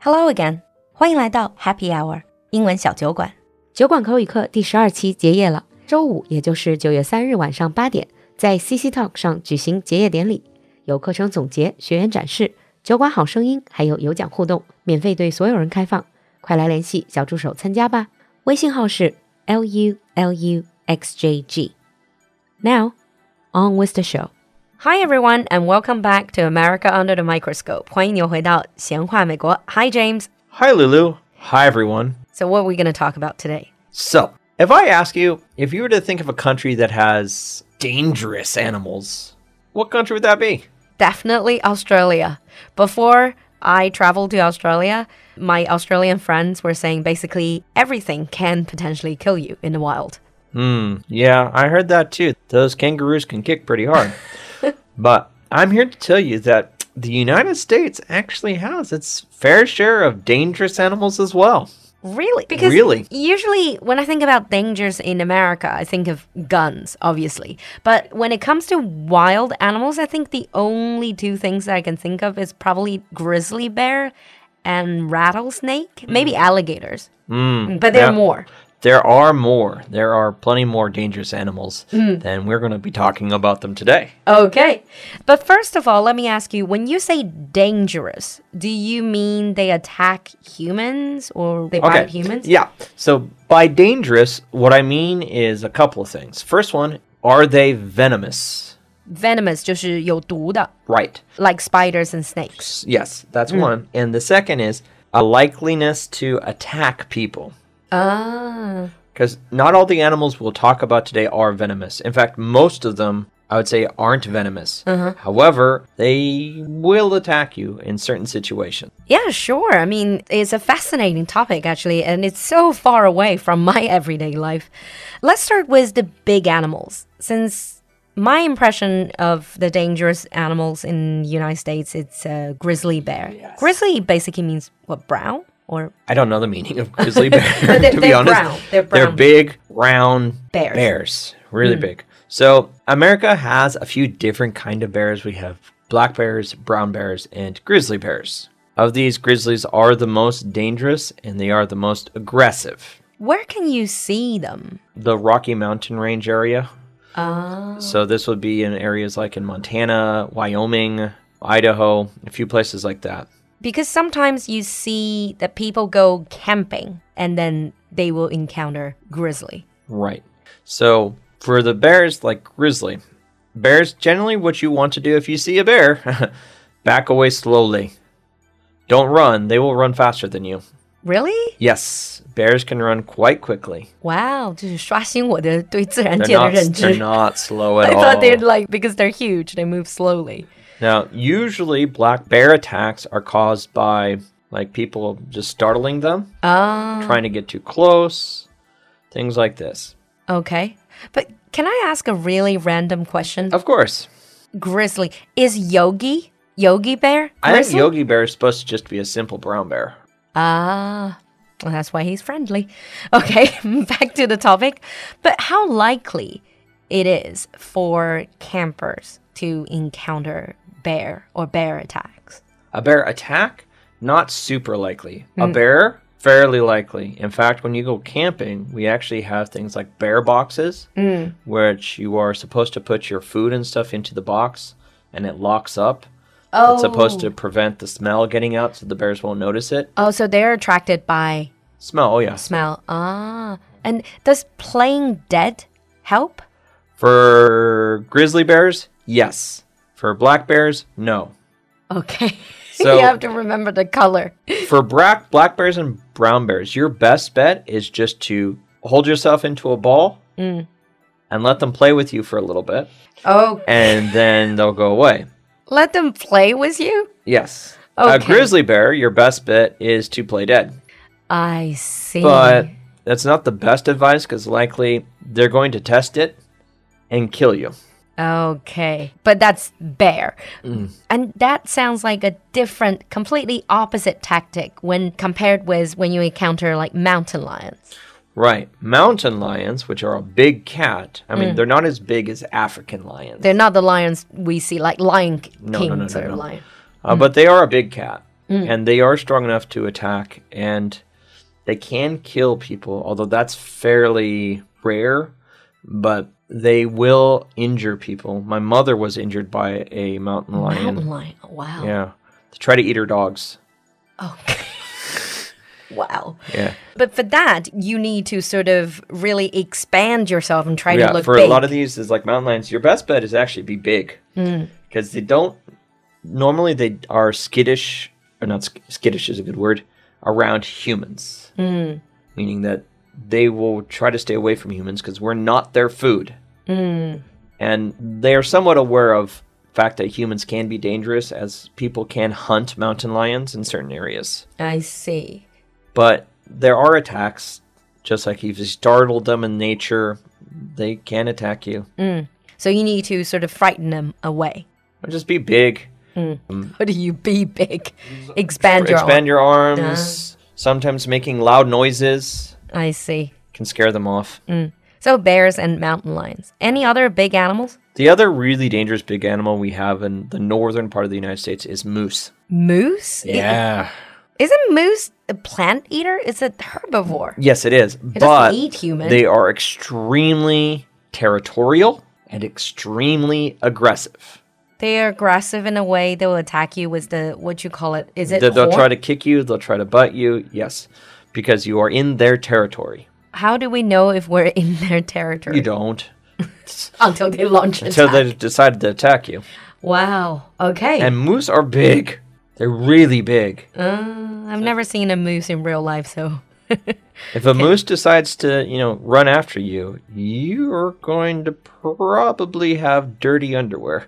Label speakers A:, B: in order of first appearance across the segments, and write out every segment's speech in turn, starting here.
A: Hello again，欢迎来到 Happy Hour 英文小酒馆。
B: 酒馆口语课第十二期结业了，周五，也就是九月三日晚上八点，在 CC Talk 上举行结业典礼，有课程总结、学员展示、酒馆好声音，还有有奖互动，免费对所有人开放，快来联系小助手参加吧。微信号是 l u l u x j g。Now on with the show。
A: Hi everyone and welcome back to America Under the Microscope。欢迎你又回到闲话美国。Hi James。
C: Hi, Lulu. Hi, everyone.
A: So what are we going to talk about today?
C: So, if I ask you, if you were to think of a country that has dangerous animals, what country would that be?
A: Definitely Australia. Before I traveled to Australia, my Australian friends were saying basically everything can potentially kill you in the wild.
C: Hmm, Yeah, I heard that too. Those kangaroos can kick pretty hard. but I'm here to tell you that the United States actually has its fair share of dangerous animals as well.
A: Really? Because
C: Really?
A: usually when I think about dangers in America, I think of guns, obviously. But when it comes to wild animals, I think the only two things that I can think of is probably grizzly bear and rattlesnake, maybe alligators. Mm, but there are
C: Mm. yeah.
A: more.
C: There are more. There are plenty more dangerous animals than we're going to be talking about them today.
A: Okay. But first of all, let me ask you when you say dangerous, do you mean they attack humans or they bite humans?
C: Yeah. So by dangerous, what I mean is a couple of things. First one, are they venomous?
A: Venomous, 就是有毒的,
C: Right.
A: like spiders and snakes.
C: Yes, that's
A: Hmm.
C: one. And the second is a likeliness to attack people.
A: Ah.
C: Because not all the animals we'll talk about today are venomous. In fact, most of them, I would say, aren't venomous.
A: Uh-huh.
C: However, they will attack you in certain situations.
A: Yeah, sure. I mean, it's a fascinating topic, actually, and it's so far away from my everyday life. Let's start with the big animals, since my impression of the dangerous animals in the United States, it's a grizzly bear. Grizzly basically means, what, brown? Or
C: I don't know the meaning of grizzly bear.
A: they're-
C: to be
A: they're
C: honest,
A: brown. They're brown.
C: big, round
A: Bears. Mm.
C: really big. So America has a few different kind of bears. We have black bears, brown bears, and grizzly bears. Of these, grizzlies are the most dangerous and they are the most aggressive.
A: where can you see them?
C: The Rocky Mountain Range area.
A: Oh.
C: So this would be in areas like in Montana, Wyoming, Idaho, a few places like that.
A: Because sometimes you see that people go camping and then they will encounter grizzly.
C: Right. So for the bears, like grizzly, bears generally what you want to do if you see a bear, back away slowly. Don't run, they will run faster than you.
A: Really?
C: Yes, bears can run quite quickly.
A: Wow, 就是刷新我的对自然
C: They're not, they're not slow at
A: I
C: all.
A: thought they'd like because they're huge, they move slowly.
C: Now, usually black bear attacks are caused by like people just startling them,
A: Ah,
C: trying to get too close, things like this.
A: okay. But can I ask a really random question?
C: Of course,
A: Grizzly is Yogi Yogi Bear?
C: I think
A: grizzly?
C: Yogi Bear is supposed to just be a simple brown bear.
A: Ah, well, that's why he's friendly. Okay, back to the topic. But how likely it is for campers to encounter bear or bear attacks?
C: A bear attack? Not super likely. A bear? Fairly likely. In fact, when you go camping, we actually have things like bear boxes, which you are supposed to put your food and stuff into the box and it locks up. It's supposed to prevent the smell getting out so the bears won't notice it.
A: Oh, so they're attracted by
C: Smell, oh, yeah.
A: smell. Ah, and does playing dead help?
C: For grizzly bears, yes. For black bears, no.
A: Okay.
C: So-
A: you have to remember the color.
C: for black black bears and brown bears, your best bet is just to hold yourself into a ball and let them play with you for a little bit,
A: Oh,
C: and then they'll go away.
A: let them play with you?
C: Yes. A
A: Okay.
C: grizzly bear, your best bet is to play dead.
A: I see.
C: But that's not the best advice because likely they're going to test it and kill you.
A: okay. But that's bear.
C: Mm.
A: And that sounds like a different, completely opposite tactic when compared with when you encounter like mountain lions.
C: Right. Mountain lions, which are a big cat, I mean, they're not as big as African lions.
A: They're not the lions we see, like Lion K-
C: No, no, no,
A: Kings
C: no,
A: or
C: no.
A: Lion.
C: Uh, but they are a big cat. and they are strong enough to attack and they can kill people, although that's fairly rare, but they will injure people. My mother was injured by a mountain lion.
A: Mountain lion. Oh, Wow.
C: Yeah. To try to eat her dogs.
A: Oh. wow.
C: Yeah.
A: But for that, you need to sort of really expand yourself and try to
C: yeah,
A: look
C: for
A: big.
C: a lot of these is like mountain lions. Your best bet is actually be big
A: Mm.
C: because they don't normally they are skittish or not sk- skittish is a good word around humans,
A: Mm.
C: meaning that they will try to stay away from humans because we're not their food,
A: Mm.
C: and they are somewhat aware of the fact that humans can be dangerous as people can hunt mountain lions in certain areas
A: I see.
C: but there are attacks just like if you startled them in nature they can attack you
A: So you need to sort of frighten them away.
C: Or just be big
A: What do you be big? Expand your
C: expand your arms sometimes making loud noises
A: I see.
C: can scare them off
A: Mm. So bears and mountain lions. Any other big animals?
C: the other really dangerous big animal we have in the northern part of the united states is moose
A: Moose? I-
C: yeah
A: Isn't moose a plant eater? It's a herbivore.
C: yes it is
A: It
C: but
A: doesn't eat human.
C: they are extremely territorial and extremely aggressive
A: They are aggressive in a way they will attack you with the what you call it. Is it
C: They- they'll
A: horn?
C: try to kick you they'll try to butt you yes because you are in their territory
A: How do we know if we're in their territory?
C: You don't.
A: Until they launch
C: Until
A: attack.
C: they decided to attack you.
A: Wow. Okay.
C: And moose are big. They're really big.
A: Uh, I've never seen a moose in real life, so
C: If a moose decides to, you know, run after you, you're going to probably have dirty underwear.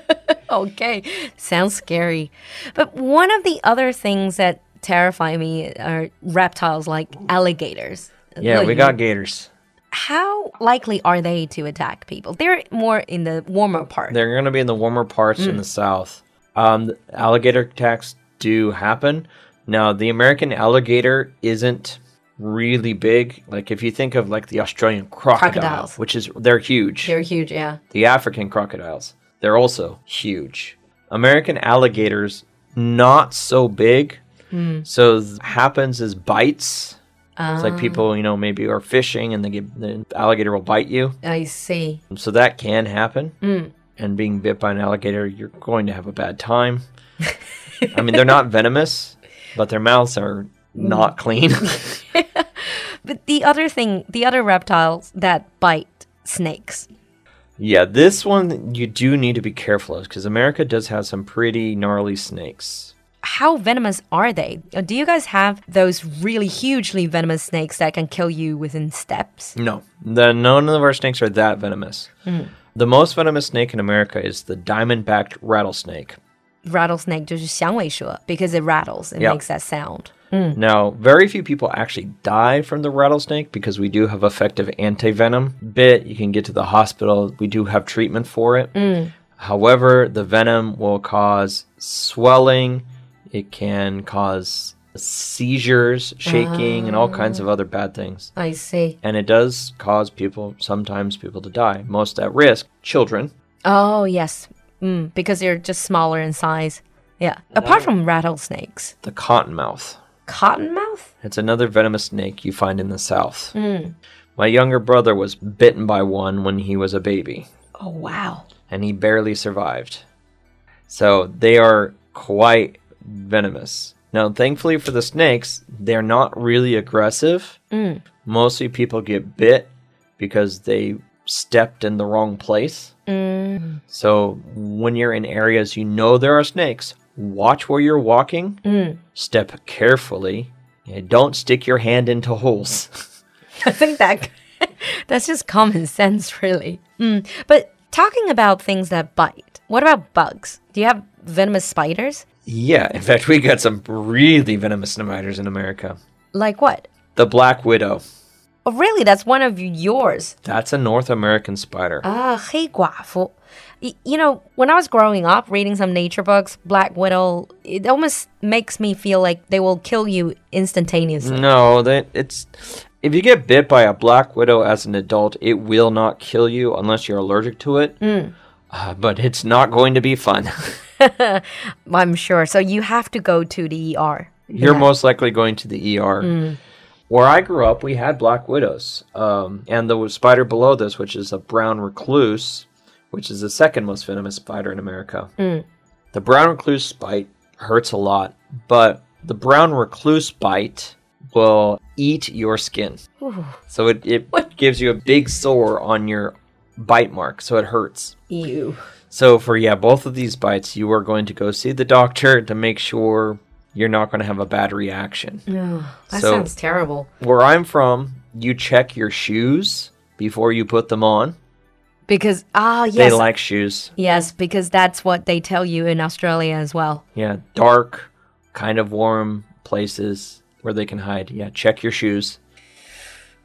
A: okay. Sounds scary. But one of the other things that terrify me are reptiles like alligators.
C: Yeah, we
A: Like,
C: got gators.
A: How likely are they to attack people? They're more in the warmer part.
C: They're going to be in the warmer parts in the south. Um, alligator attacks do happen. Now, the American alligator isn't really big. Like if you think of like the Australian crocodile,
A: Crocodiles.
C: which is they're huge.
A: They're huge, yeah.
C: the African crocodiles. They're also huge. American alligators, not so big. So th- happens is bites. It's like people, you know, maybe are fishing and they get the alligator will bite you.
A: I see.
C: So that can happen. And being bit by an alligator, you're going to have a bad time. I mean, they're not venomous, but their mouths are not clean.
A: But the other thing, the other reptiles that bite snakes.
C: yeah, this one you do need to be careful of because America does have some pretty gnarly snakes.
A: How venomous are they? Uh, Do you guys have those really hugely venomous snakes that can kill you within steps?
C: No, the, none of our snakes are that venomous. The most venomous snake in America is the diamond-backed rattlesnake.
A: rattlesnake 就是响尾蛇 because it rattles it
C: Yeah.
A: makes that sound
C: Hmm. Now, very few people actually die from the rattlesnake because we do have effective anti-venom bit. You can get to the hospital. We do have treatment for it. However, the venom will cause swelling. It can cause seizures, shaking, and all kinds of other bad things.
A: i see
C: And it does cause people, sometimes people, to die. Most at risk, children.
A: oh yes mm, because they're just smaller in size yeah apart from rattlesnakes
C: the cottonmouth.
A: cottonmouth
C: It's another venomous snake you find in the south. My younger brother was bitten by one when he was a baby,
A: oh wow
C: and he barely survived. So they are quite venomous. Now, thankfully for the snakes, they're not really aggressive. Mostly people get bit because they stepped in the wrong place. So when you're in areas you know there are snakes, watch where you're walking. Step carefully. And don't stick your hand into holes.
A: i think that that's just common sense really mm. but talking about things that bite what about bugs do you have venomous spiders
C: yeah, in fact, we got some really venomous spiders in America.
A: like what
C: The black widow.
A: oh really that's one of yours
C: That's a North American spider.
A: Ah, 黑寡妇. Y- You know, when I was growing up reading some nature books, Black Widow, it almost makes me feel like they will kill you instantaneously.
C: No, that it's if you get bit by a black widow as an adult, it will not kill you unless you're allergic to it. uh, but it's not going to be fun.
A: I'm sure. So you have to go to the ER.
C: You're most likely going to the ER. Where I grew up, we had black widows, um, and the spider below this, which is a brown recluse, which is the second most venomous spider in America. The brown recluse bite hurts a lot, but the brown recluse bite will eat your skin. So it, it gives you a big sore on your bite mark, so it hurts.
A: Ew.
C: So for yeah, both of these bites, you are going to go see the doctor to make sure you're not going to have a bad reaction.
A: that
C: So-
A: sounds terrible.
C: Where I'm from, you check your shoes before you put them on.
A: Because ah yes,
C: They like shoes.
A: yes, because that's what they tell you in Australia as well.
C: Yeah, dark, kind of warm places where they can hide. Yeah, check your shoes.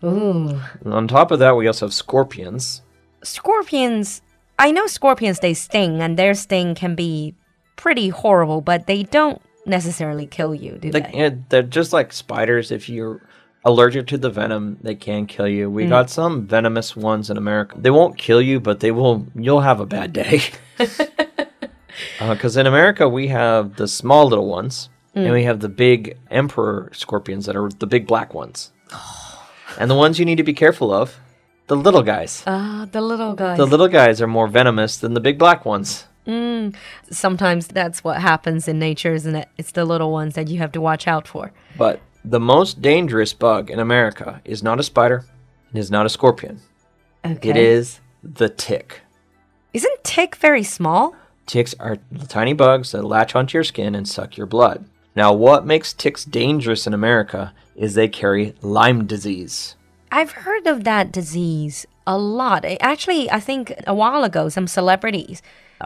A: Ooh.
C: And on top of that, we also have scorpions.
A: scorpions i know scorpions they sting and their sting can be pretty horrible but they don't necessarily kill you do
C: Like
A: they
C: yeah, they're just like spiders. If you're allergic to the venom, they can kill you. We got some venomous ones in America. They won't kill you, but they will. You'll have a bad day. Because in America, we have the small little ones, and we have the big emperor scorpions that are the big black ones. and the ones you need to be careful of, the little guys.
A: ah the little guys
C: the little guys are more venomous than the big black ones.
A: sometimes that's what happens in nature isn't it it's the little ones that you have to watch out for
C: But the most dangerous bug in America is not a spider, it is not a scorpion.
A: okay
C: It is the tick.
A: isn't tick very small
C: Ticks are the tiny bugs that latch onto your skin and suck your blood. Now, what makes ticks dangerous in America is they carry Lyme disease.
A: i've heard of that disease a lot I- actually i think a while ago some celebrities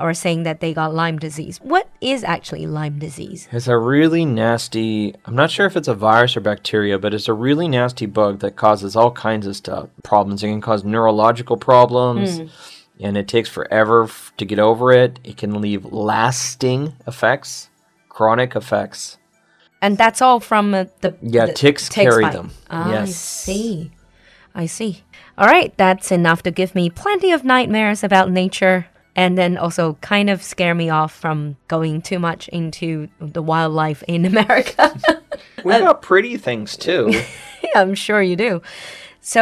A: are saying that they got lyme disease what is actually lyme disease
C: It's a really nasty, I'm not sure if it's a virus or bacteria, but it's a really nasty bug that causes all kinds of stuff problems. It can cause neurological problems, and it takes forever f- to get over it. It can leave lasting effects, chronic effects.
A: And that's all from uh, the
C: Yeah,
A: the
C: ticks carry
A: bite.
C: them.
A: Ah, I
C: Yes.
A: see. I see. All right, that's enough to give me plenty of nightmares about nature and then also kind of scare me off from going too much into the wildlife in America.
C: We got pretty things too.
A: Yeah, I'm sure you do. So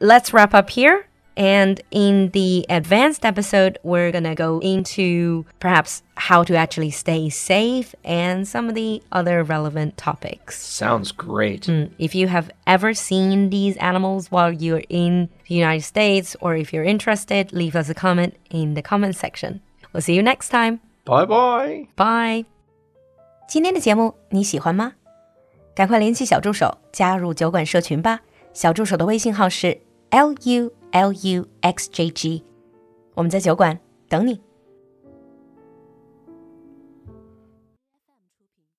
A: let's wrap up here. And in the advanced episode, we're going to go into perhaps how to actually stay safe and some of the other relevant topics. Hmm,
C: Sounds great.
A: If you have ever seen these animals while you're in the United States, or if you're interested, leave us a comment in the comment section. We'll see you next time.
C: Bye bye.
A: Bye.
D: 今天的节目你喜欢吗？赶快联系小助手加入酒馆社群吧。小助手的微信号是 l u l u x j g，我们在酒馆等你。